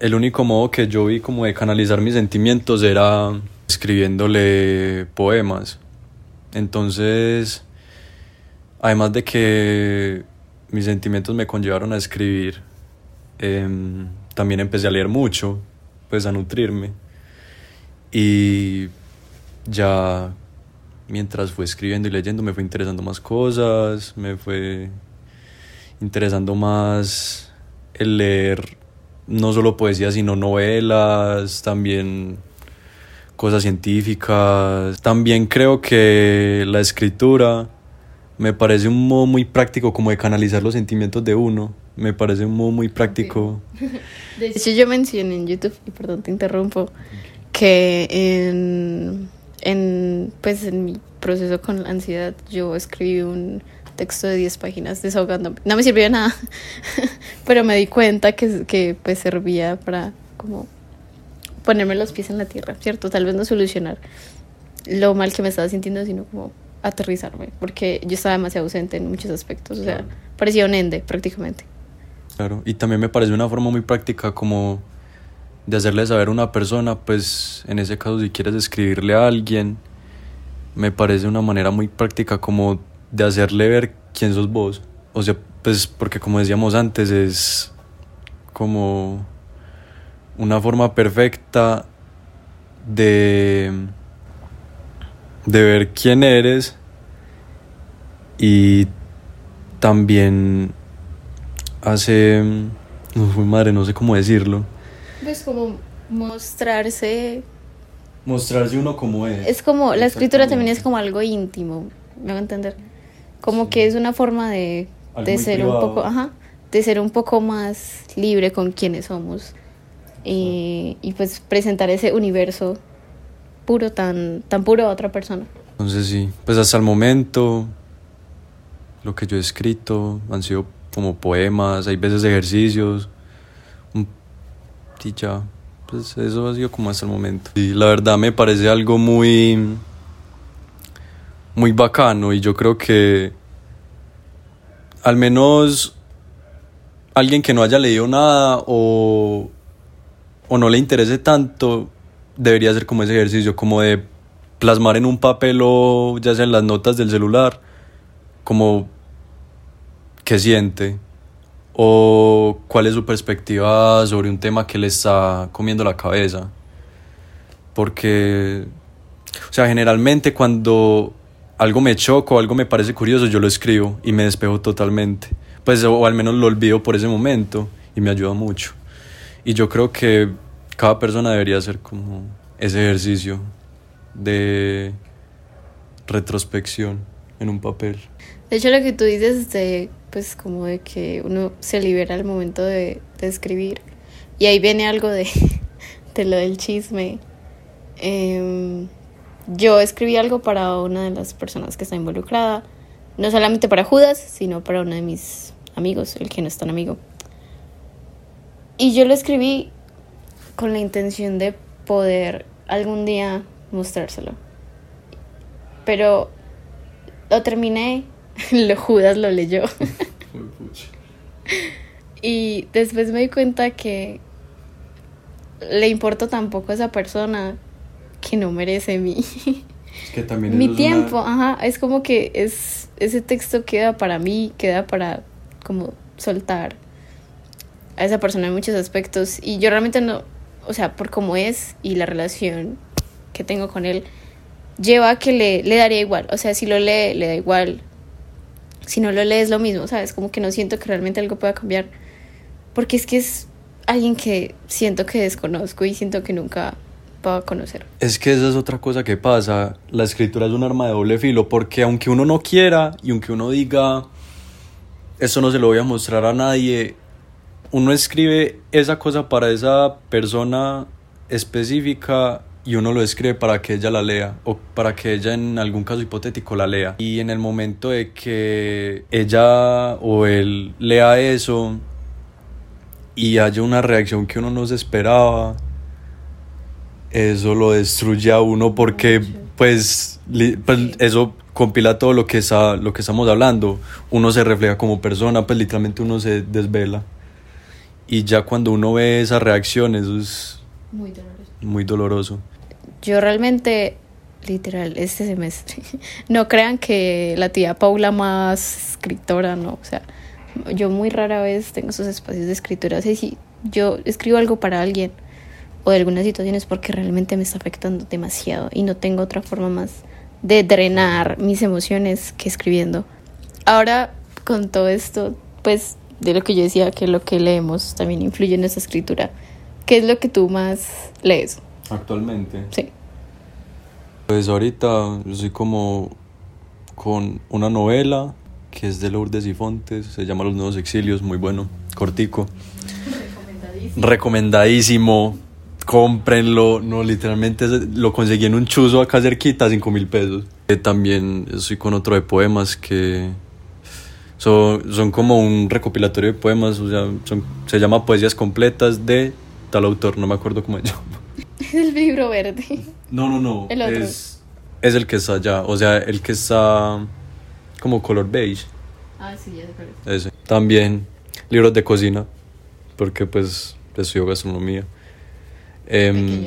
S2: el único modo que yo vi como de canalizar mis sentimientos era escribiéndole poemas. Entonces, Además de que mis sentimientos me conllevaron a escribir, em, también empecé a leer mucho, pues a nutrirme. Y ya mientras fue escribiendo y leyendo me fue interesando más cosas, me fue interesando más el leer no solo poesía, sino novelas, también cosas científicas. También creo que la escritura me parece un modo muy práctico como de canalizar los sentimientos de uno. Me parece un modo muy práctico.
S1: De hecho, yo mencioné en YouTube, y perdón, te interrumpo, que en, en, pues, en mi proceso con la ansiedad yo escribí un texto de 10 páginas desahogándome. No me sirvió de nada, pero me di cuenta que, que pues, servía para como ponerme los pies en la tierra, ¿cierto? Tal vez no solucionar lo mal que me estaba sintiendo, sino como aterrizarme, porque yo estaba demasiado ausente en muchos aspectos, o sea,
S2: Claro.
S1: parecía un ende prácticamente.
S2: Claro, y también me parece una forma muy práctica como de hacerle saber a una persona, pues en ese caso si quieres escribirle a alguien, me parece una manera muy práctica como de hacerle ver quién sos vos. O sea, pues porque como decíamos antes, es como una forma perfecta de, de ver quién eres y también hace. No fue madre, no sé cómo decirlo.
S1: Pues como mostrarse.
S2: Mostrarse uno como
S1: Es como, la escritura también es como algo íntimo, me hago entender. Como
S2: Sí.
S1: que es una forma de,
S2: Algo
S1: de
S2: muy
S1: ser un
S2: privado.
S1: poco, ajá, de ser un poco más libre con quienes somos. Eh, y pues presentar ese universo puro, tan, tan puro a otra persona.
S2: Entonces, sí, pues hasta el momento, lo que yo he escrito han sido como poemas, hay veces ejercicios, un- y ya. Pues eso ha sido como hasta el momento. Y la verdad me parece algo muy. muy bacano, y yo creo que. al menos. alguien que no haya leído nada o o no le interese tanto, debería ser como ese ejercicio, como de plasmar en un papel o ya sea en las notas del celular, como qué siente o cuál es su perspectiva sobre un tema que le está comiendo la cabeza. Porque, o sea, generalmente cuando algo me choca o algo me parece curioso, yo lo escribo y me despejo totalmente. Pues, o al menos lo olvido por ese momento y me ayuda mucho. Y yo creo que cada persona debería hacer como ese ejercicio de retrospección en un papel.
S1: De hecho, lo que tú dices de, pues, como de que uno se libera al momento de, de escribir. Y ahí viene algo de, de lo del chisme. Em, yo escribí algo para una de las personas que está involucrada. No solamente para Judas, sino para uno de mis amigos, el que no es tan amigo. Y yo lo escribí con la intención de poder algún día mostrárselo. Pero lo terminé, lo Judas lo leyó. Y después me di cuenta que le importo tampoco a esa persona que no merece mi,
S2: Es que también
S1: mi
S2: eso es una-
S1: tiempo. Ajá, es como que es, ese texto queda para mí, queda para como soltar a esa persona en muchos aspectos. Y yo realmente no, o sea, por cómo es y la relación que tengo con él, lleva a que le, le daría igual. O sea, si lo lee, le da igual. Si no lo lee, es lo mismo, ¿sabes? Como que no siento que realmente algo pueda cambiar. Porque es que es alguien que siento que desconozco y siento que nunca va a conocer.
S2: Es que esa es otra cosa que pasa. La escritura es un arma de doble filo, porque aunque uno no quiera y aunque uno diga, eso no se lo voy a mostrar a nadie, uno escribe esa cosa para esa persona específica y uno lo escribe para que ella la lea o para que ella en algún caso hipotético la lea. Y en el momento de que ella o él lea eso y haya una reacción que uno no se esperaba, eso lo destruye a uno porque pues, li- pues, eso compila todo lo que está lo que estamos hablando uno se refleja como persona pues literalmente uno se desvela y ya cuando uno ve esa reacción eso es
S3: Muy doloroso.
S2: muy doloroso
S1: Yo realmente literal, este semestre. No crean que la tía Paula más escritora, no, o sea, yo muy rara vez tengo esos espacios de escritura. O sea, si yo escribo algo para alguien o de algunas situaciones porque realmente me está afectando demasiado y no tengo otra forma más de drenar mis emociones que escribiendo. Ahora, con todo esto, pues de lo que yo decía, que lo que leemos también influye en nuestra escritura. ¿Qué es lo que tú más lees?
S2: Actualmente.
S1: Sí.
S2: Pues ahorita yo soy como con una novela que es de Lourdes y Fontes, se llama Los Nuevos Exilios, muy bueno, cortico. Recomendadísimo. cómprenlo, no, literalmente es- lo conseguí en un chuzo acá cerquita, 5 mil pesos. Eh, También estoy con otro de poemas que son, son como un recopilatorio de poemas, o sea, son- se llama Poesías Completas de tal autor, no me acuerdo cómo se llama.
S1: Es el libro verde.
S2: No, no, no.
S1: El otro.
S2: Es, es el que está allá. O sea, el que está como color beige.
S1: Ah, sí, ya recuerdo.
S2: Ese. También libros de cocina. Porque pues estudio gastronomía. Em,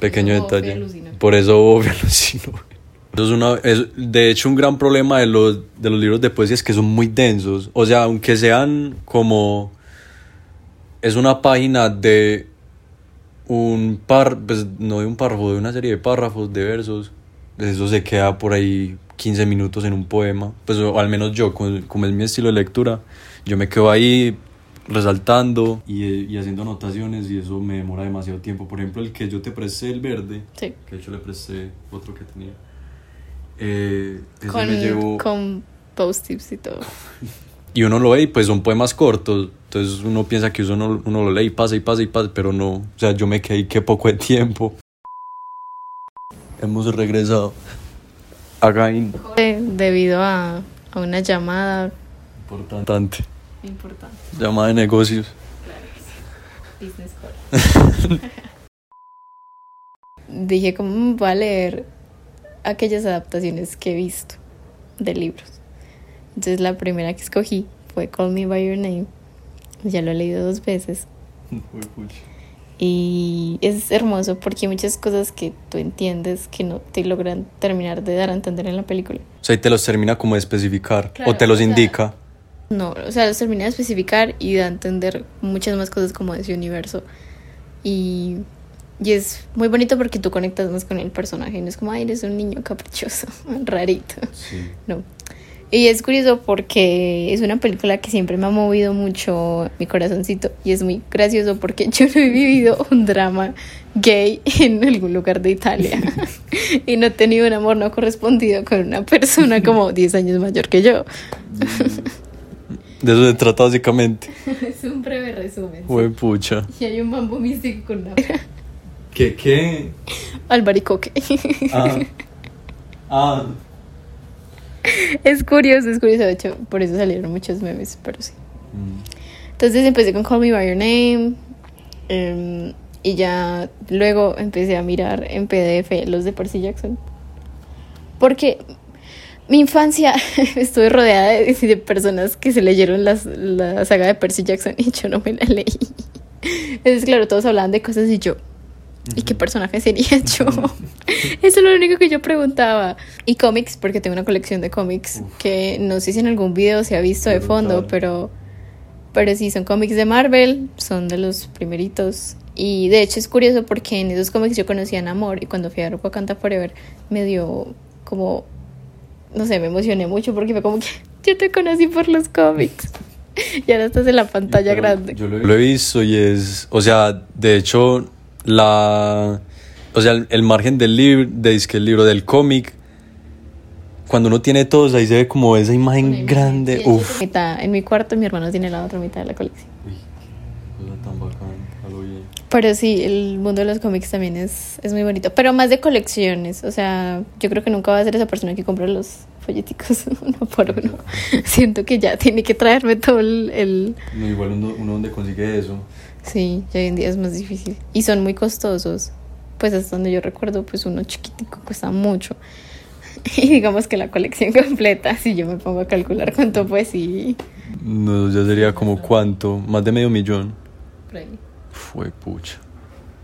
S1: Pequeño detalle.
S2: pequeño
S1: Eso Bofe
S2: detalle.
S1: alucina.
S2: Por eso Bofe alucino. Eso es una, es, de hecho, un gran problema de los, de los libros de poesía es que son muy densos. O sea, aunque sean como... Es una página de un par, pues no de un párrafo, de una serie de párrafos, de versos. Eso se queda por ahí 15 minutos en un poema. Pues o al menos yo, como, como es mi estilo de lectura, yo me quedo ahí resaltando y, y haciendo anotaciones y eso me demora demasiado tiempo. Por ejemplo, el que yo te presté, el verde,
S1: Sí.
S2: que de hecho le presté otro que tenía. Eh, ese
S1: Con,
S2: me llevó-
S1: con post-tips y todo.
S2: y uno lo ve y pues son poemas cortos. Entonces uno piensa que uno, uno lo lee y pasa y pasa y pasa, pero no. O sea, yo me quedé ahí, qué poco de tiempo. Hemos regresado. Again.
S1: Eh, debido a, a una llamada
S2: Importante.
S1: importante.
S2: Llamada de negocios.
S1: Business call. Dije, como "Mm, voy a leer aquellas adaptaciones que he visto de libros? Entonces la primera que escogí fue Call Me By Your Name. Ya lo he leído dos veces. Y es hermoso porque hay muchas cosas que tú entiendes que no te logran terminar de dar a entender en la película.
S2: O sea, y te los termina como de especificar. o
S3: Claro,
S2: te los
S3: o sea-
S2: indica.
S1: No, o sea, los termina de especificar y da a entender muchas más cosas como de ese universo. Y, y es muy bonito porque tú conectas más con el personaje. No es como, ay, eres un niño caprichoso, rarito.
S2: Sí.
S1: No. Y es curioso porque es una película que siempre me ha movido mucho mi corazoncito. Y es muy gracioso porque yo no he vivido un drama gay en algún lugar de Italia. y no he tenido un amor no correspondido con una persona como 10 años mayor que yo.
S2: De eso se trata básicamente.
S1: es un breve resumen.
S2: Jue pucha.
S1: Y hay un bambú místico con una
S2: ¿Qué qué?
S1: albaricoque.
S2: Ah. ah.
S1: es curioso, es curioso. De hecho, por eso salieron muchos memes, pero sí.
S2: Mm.
S1: Entonces empecé con Call Me By Your Name. em, y ya luego empecé a mirar en PDF los de Percy Jackson. Porque mi infancia estuve rodeada de, de personas que se leyeron las- la saga de Percy Jackson y yo no me la leí. Entonces, claro, todos hablaban de cosas y yo. ¿Y qué personaje sería yo? Eso es lo único que yo preguntaba. Y cómics, porque tengo una colección de cómics
S2: Uf.
S1: que no sé si en algún video se ha visto de fondo,
S2: Brutal.
S1: pero, pero sí, son cómics de Marvel, son de los primeritos. Y de hecho es curioso porque en esos cómics yo conocía a Namor y cuando fui a Europa Canta Forever me dio como, no sé, me emocioné mucho porque fue como que yo te conocí por los cómics. Y ahora estás en la pantalla
S2: Pero
S1: grande.
S2: Yo lo he, lo he visto y es, o sea, de hecho, la, o sea, el, el margen del libro, de disque el libro del cómic, cuando uno tiene todos, ahí se ve como esa imagen grande, uff.
S1: Mitad- en mi cuarto mi hermano tiene la otra mitad de la colección. Pero sí, el mundo de los cómics también es, es muy bonito. Pero más de colecciones. O sea, yo creo que nunca va a ser esa persona que compra los folleticos uno por uno. Siento que ya tiene que traerme todo el... el-
S2: No, igual uno, uno donde consigue eso.
S1: Sí, ya hoy en día es más difícil. Y son muy costosos. Pues hasta donde yo recuerdo, pues uno chiquitico cuesta mucho. Y digamos que la colección completa, si yo me pongo a calcular cuánto, pues sí.
S2: No, ya sería como cuánto, más de medio millón.
S1: Por ahí.
S2: Fue pucha.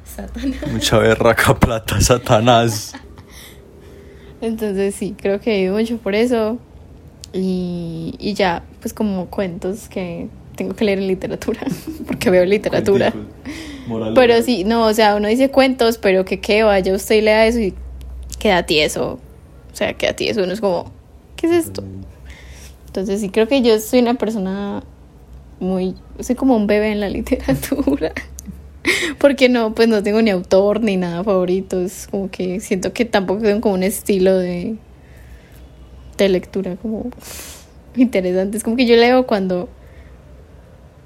S1: Satanás.
S2: Mucha berraca plata, Satanás.
S1: Entonces sí, creo que vivo mucho por eso. Y, y ya, pues como cuentos que tengo que leer en literatura, porque veo literatura.
S2: Cuenticos, moraleja.
S1: Pero sí, no, o sea, uno dice cuentos, pero que qué, vaya usted y lea eso y queda tieso. O sea, queda tieso, uno es como, ¿qué es esto? Entonces sí, creo que yo soy una persona muy, soy como un bebé en la literatura. Porque no, pues no tengo ni autor ni nada favorito. Es como que siento que tampoco tengo como un estilo de, de lectura como interesante. Es como que yo leo cuando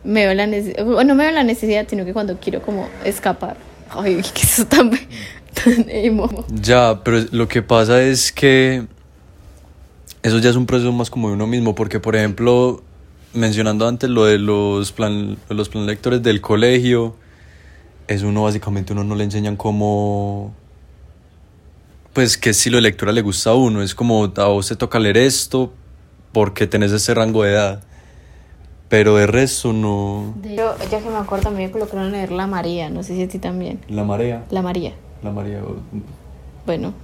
S1: me veo la necesidad, o no me veo la necesidad, sino que cuando quiero como escapar. Ay, que eso tan, tan emo.
S2: Ya, pero lo que pasa es que eso ya es un proceso más como de uno mismo, porque por ejemplo, mencionando antes lo de los plan, de los plan lectores del colegio, es uno básicamente uno no le enseñan cómo pues qué estilo de lectura le gusta a uno, es como a vos te toca leer esto porque tenés ese rango de edad. Pero de resto no
S1: Yo, ya que me acuerdo, a mí me colocaron a leer La María, no sé si a ti también.
S2: la marea,
S1: La María.
S2: la marea o-
S1: bueno,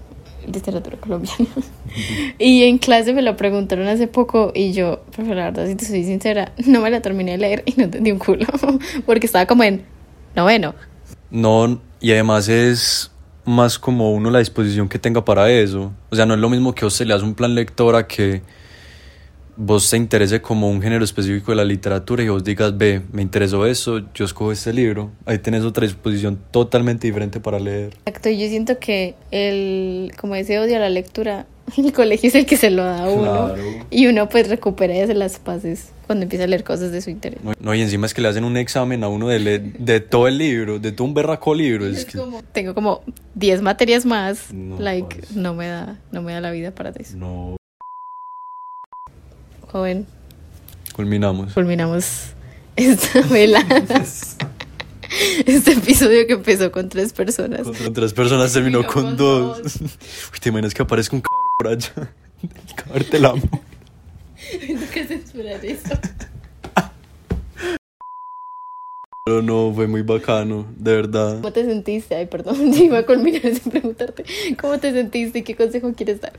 S1: literatura colombiana. y en clase me lo preguntaron hace poco y yo, pero la verdad, si te soy sincera, no me la terminé de leer y no entendí un culo, porque estaba como en noveno.
S2: No, y además es más como uno la disposición que tenga para eso. O sea, no es lo mismo que a usted le hace un plan lectora que vos te interese como un género específico de la literatura y vos digas, ve, me interesó eso, yo escojo este libro. Ahí tenés otra disposición totalmente diferente para leer.
S1: Exacto, y yo siento que el, como ese odio a la lectura, el colegio es el que se lo da a uno.
S2: Claro.
S1: Y uno pues recupera y hace las paces cuando empieza a leer cosas de su interés.
S2: No, no, y encima es que le hacen un examen a uno de, le- de todo el libro, de todo un berraco libro. Es que-
S1: Tengo como 10 materias más,
S2: No,
S1: like,
S2: pues.
S1: no me da, no me da la vida para eso.
S2: No,
S1: Joven,
S2: culminamos.
S1: culminamos esta velada, este episodio que empezó con tres personas.
S2: Con con tres personas terminó
S1: Terminó
S2: con,
S1: con
S2: dos.
S1: dos.
S2: Uy, te imaginas que aparezca un cabrón por allá. El cabrón te la amo.
S1: Tengo que censurar eso.
S2: Pero no, fue muy bacano, de verdad.
S1: ¿Cómo te sentiste? Ay, perdón, te iba a culminar sin preguntarte. ¿Cómo te sentiste y qué consejo quieres dar?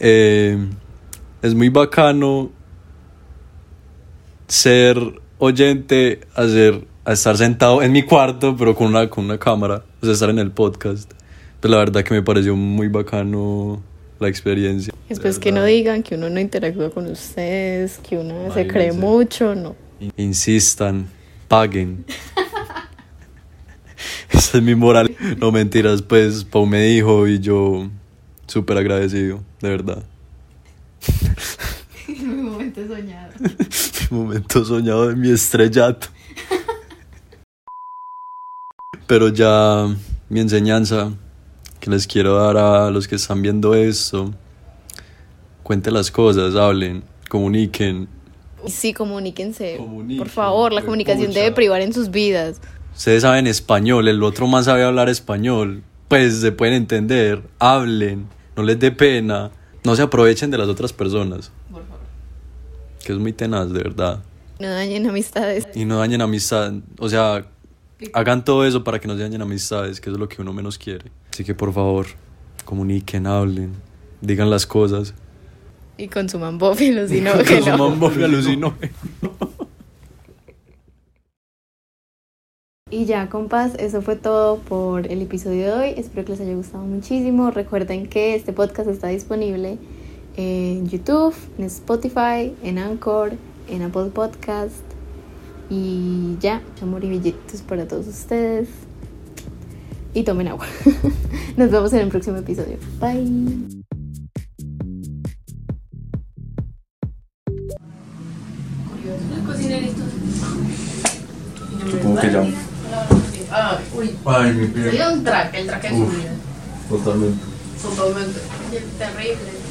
S2: Eh, es muy bacano ser oyente, hacer, a estar sentado en mi cuarto, pero con una, con una cámara, o sea, estar en el podcast. Pues la verdad que me pareció muy bacano la experiencia.
S1: Después que no digan que uno no interactúa con ustedes, que uno se
S2: Imagínense.
S1: cree mucho, no.
S2: In- Insistan, paguen. Esa es mi moral. No mentiras, pues Pau me dijo y yo súper agradecido, de verdad.
S1: Mi momento soñado.
S2: Mi momento soñado de mi estrellato. Pero ya mi enseñanza que les quiero dar a los que están viendo esto. Cuenten las cosas, hablen, comuniquen.
S1: Y sí, comuníquense.
S2: Comuniquen,
S1: Por favor, la
S2: pues,
S1: comunicación
S2: pucha.
S1: debe privar en sus vidas.
S2: Ustedes saben español, el otro más sabe hablar español. Pues se pueden entender, hablen, no les dé pena. No se aprovechen de las otras personas. Que es muy tenaz, de verdad.
S1: No dañen amistades.
S2: Y no dañen amistad. O sea, hagan todo eso para que no se dañen amistades, que eso es lo que uno menos quiere. Así que por favor, comuniquen, hablen, digan las cosas.
S1: Y consuman bófilos y no, que no.
S2: Consuman bobia alucinógena.
S1: Y ya, compas, eso fue todo por el episodio de hoy. Espero que les haya gustado muchísimo. Recuerden que este podcast está disponible en YouTube, en Spotify, en Anchor, en Apple Podcast. Y ya, amor y billetes para todos ustedes. Y tomen agua. Nos vemos en el próximo episodio. Bye.
S2: Como que ya.
S3: Ah, uy,
S2: Ay, mi
S3: sería un track, el track es
S2: Uf. Totalmente.
S3: Totalmente. Terrible.